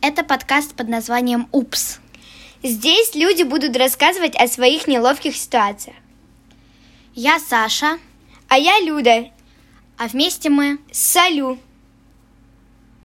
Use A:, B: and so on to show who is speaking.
A: Это подкаст под названием «Упс».
B: Здесь люди будут рассказывать о своих неловких ситуациях.
A: Я Саша,
B: А я Люда.
A: а вместе мы
B: Салю.